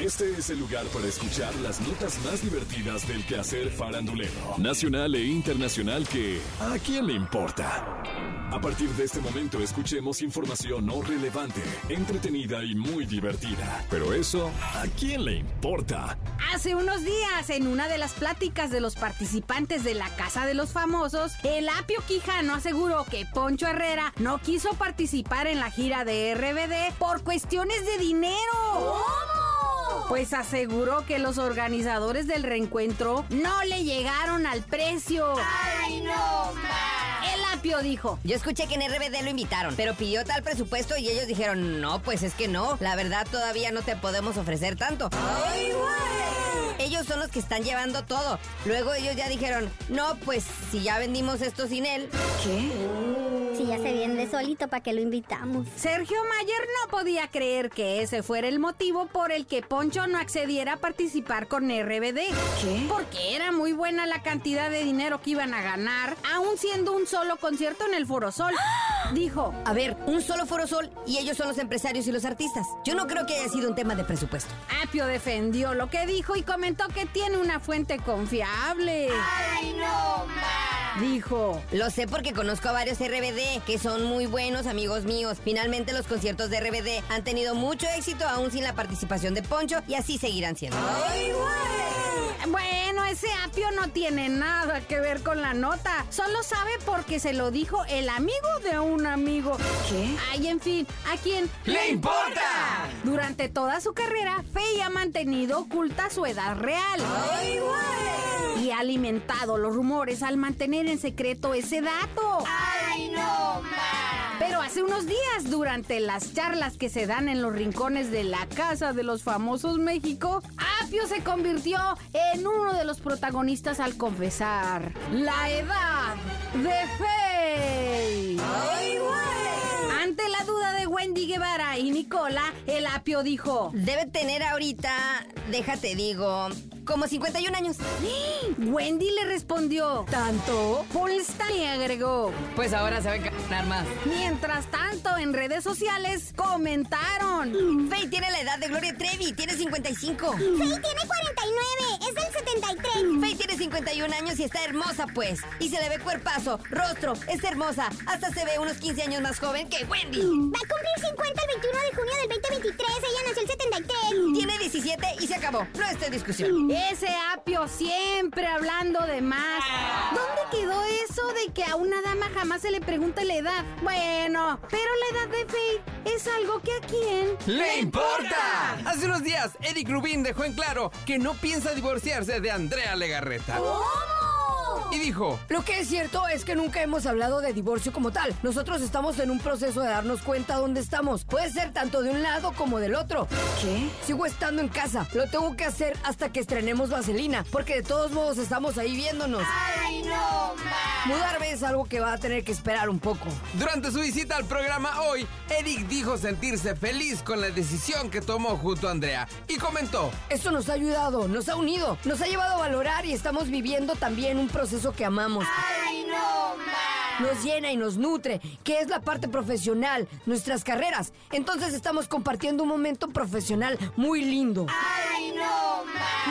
Este es el lugar para escuchar las notas más divertidas del quehacer farandulero, nacional e internacional que ¿a quién le importa? A partir de este momento escuchemos información no relevante, entretenida y muy divertida. Pero eso, ¿a quién le importa? Hace unos días, en una de las pláticas de los participantes de la Casa de los Famosos, el Apio Quijano aseguró que Poncho Herrera no quiso participar en la gira de RBD por cuestiones de dinero. Pues aseguró que los organizadores del reencuentro no le llegaron al precio. ¡Ay, no más! El Apio dijo, Yo escuché que en RBD lo invitaron, pero pidió tal presupuesto y ellos dijeron, no, pues es que no, la verdad todavía no te podemos ofrecer tanto. ¡Ay, güey! Ellos son los que están llevando todo. Luego ellos ya dijeron, no, pues si ya vendimos esto sin él. Si ya se viene solito, ¿para qué lo invitamos? Sergio Mayer no podía creer que ese fuera el motivo por el que Poncho no accediera a participar con RBD. Porque era muy buena la cantidad de dinero que iban a ganar, aún siendo un solo concierto en el Foro Sol. Dijo, A ver, un solo Foro Sol y ellos son los empresarios y los artistas. Yo no creo que haya sido un tema de presupuesto. Apio defendió lo que dijo y comentó que tiene una fuente confiable. Dijo, Lo sé porque conozco a varios RBD que son muy buenos amigos míos. Finalmente los conciertos de RBD han tenido mucho éxito aún sin la participación de Poncho y así seguirán siendo. Bueno, ese apio no tiene nada que ver con la nota. Solo sabe porque se lo dijo el amigo de un amigo. ¿Qué? Ay, en fin, ¿a quién ¡Le importa! Durante toda su carrera, Fey ha mantenido oculta su edad real. Y ha alimentado los rumores al mantener en secreto ese dato. Pero hace unos días, durante las charlas que se dan en los rincones de la Casa de los Famosos México, Apio se convirtió en uno de los protagonistas al confesar la edad de Faye. Ante la duda de Wendy Guevara y Nicola, el Apio dijo... Debe tener ahorita, déjate digo, como 51 años. "¡Eh!". Wendy le respondió... ¿Tanto? Paul Stanley agregó... Pues ahora se va a encarnar más. Mientras tanto, en redes sociales comentaron... Faye tiene la edad de Gloria Trevi, tiene 55. ¡Fey tiene 49! ¡Es del 73! Faye tiene 51 años y está hermosa pues. Y se le ve cuerpazo, rostro, es hermosa. Hasta se ve unos 15 años más joven que Wendy. Va a cumplir 50 el 21 de junio del 2023. Ella nació el 73. Tiene 17 y se acabó. No está en discusión. Ese apio siempre hablando de más. ¿Dónde quedó eso de que a una dama jamás se le pregunta la edad? Bueno, pero la edad de Faith es algo que a quién ¡Le importa! Hace unos días, Eric Rubin dejó en claro que no piensa divorciarse de Andrea Legarreta. Y dijo, Lo que es cierto es que nunca hemos hablado de divorcio como tal. Nosotros estamos en un proceso de darnos cuenta dónde estamos. Puede ser tanto de un lado como del otro. ¿Qué? Sigo estando en casa. Lo tengo que hacer hasta que estrenemos Vaselina, porque de todos modos estamos ahí viéndonos. ¡Ay, no Mudarme es algo que va a tener que esperar un poco. durante su visita al programa hoy, Eric dijo sentirse feliz con la decisión que tomó junto a Andrea. Y comentó, Esto nos ha ayudado, nos ha unido, nos ha llevado a valorar y estamos viviendo también un proceso que amamos. Nos llena y nos nutre, que es la parte profesional, nuestras carreras. Entonces estamos compartiendo un momento profesional muy lindo.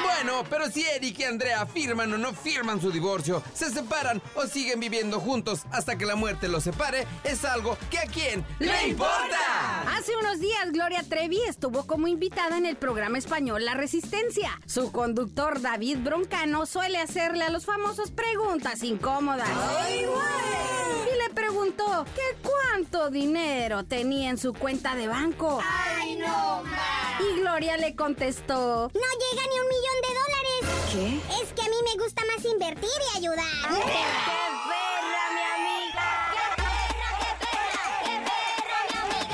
bueno, pero si Eric y Andrea firman o no firman su divorcio, se separan o siguen viviendo juntos hasta que la muerte los separe, es algo que a quién le importa. Hace unos días, Gloria Trevi estuvo como invitada en el programa español La Resistencia. Su conductor, David Broncano, suele hacerle a los famosos preguntas incómodas. Y le preguntó que cuánto dinero tenía en su cuenta de banco. Y Gloria le contestó... No llega ni un millón de dólares. ¿Qué? Es que a mí me gusta más invertir y ayudar.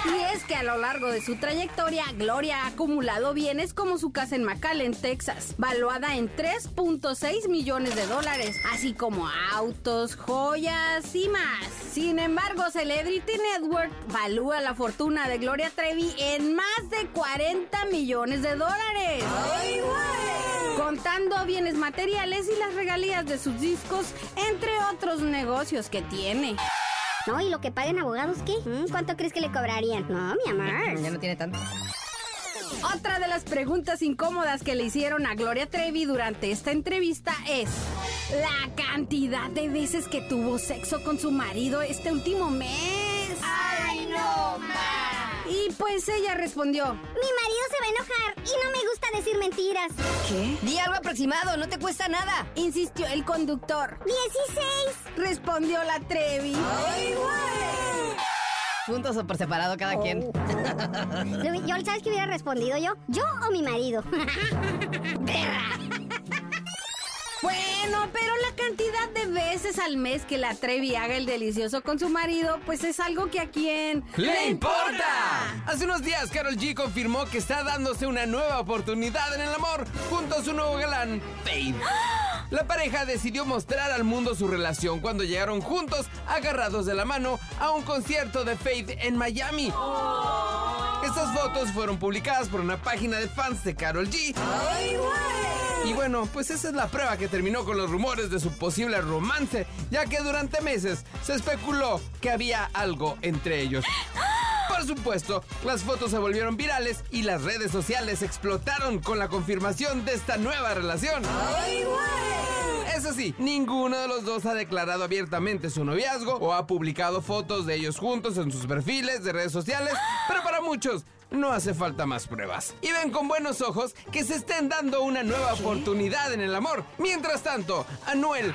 Y es que a lo largo de su trayectoria, Gloria ha acumulado bienes como su casa en McAllen, Texas, valuada en 3.6 millones de dólares, así como autos, joyas y más. Sin embargo, Celebrity Network valúa la fortuna de Gloria Trevi en más de 40 millones de dólares. Contando bienes materiales y las regalías de sus discos, entre otros negocios que tiene. No, ¿y lo que paguen abogados qué? ¿Mm? ¿Cuánto crees que le cobrarían? No, mi amor. no tiene tanto. Otra de las preguntas incómodas que le hicieron a Gloria Trevi durante esta entrevista es la cantidad de veces que tuvo sexo con su marido este último mes. ¡Ay, no más! Y pues ella respondió, Mi marido se va a enojar y no me gusta decir mentiras. ¿Qué? Di algo aproximado, no te cuesta nada. insistió el conductor. 16. Respondió la Trevi. Juntos o por separado cada quien. Oh. Lo- Yo, ¿sabes qué hubiera respondido yo? ¿Yo o mi marido? Bueno, pero la cantidad de veces al mes que la Trevi haga el delicioso con su marido, pues es algo que a quien ¡Le importa! Hace unos días, Carol G confirmó que está dándose una nueva oportunidad en el amor junto a su nuevo galán, Fade. La pareja decidió mostrar al mundo su relación cuando llegaron juntos, agarrados de la mano, a un concierto de Faith en Miami. Estas fotos fueron publicadas por una página de fans de Carol G. Y bueno, pues esa es la prueba que terminó con los rumores de su posible romance, ya que durante meses se especuló que había algo entre ellos. Por supuesto, las fotos se volvieron virales y las redes sociales explotaron con la confirmación de esta nueva relación. Eso sí, ninguno de los dos ha declarado abiertamente su noviazgo o ha publicado fotos de ellos juntos en sus perfiles de redes sociales, pero para muchos no hace falta más pruebas. Y ven con buenos ojos que se estén dando una nueva oportunidad en el amor. Mientras tanto, Anuel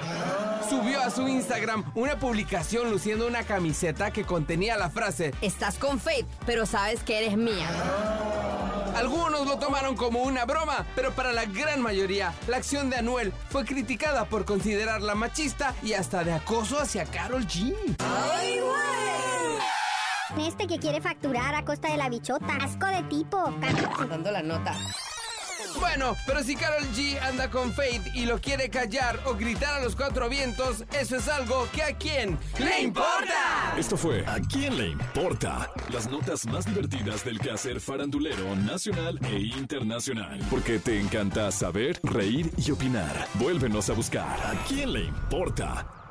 subió a su Instagram una publicación luciendo una camiseta que contenía la frase Estás con Faith, pero sabes que eres mía. Algunos lo tomaron como una broma, pero para la gran mayoría, la acción de Anuel fue criticada por considerarla machista y hasta de acoso hacia Carol G. Este que quiere facturar a costa de la bichota. Asco de tipo. Dando la nota. Bueno, pero si Carol G anda con Faith y lo quiere callar o gritar a los cuatro vientos, eso es algo que a quién le importa. Esto fue ¿A quién le importa? Las notas más divertidas del quehacer farandulero nacional e internacional. Porque te encanta saber, reír y opinar. Vuélvenos a buscar ¿A quién le importa?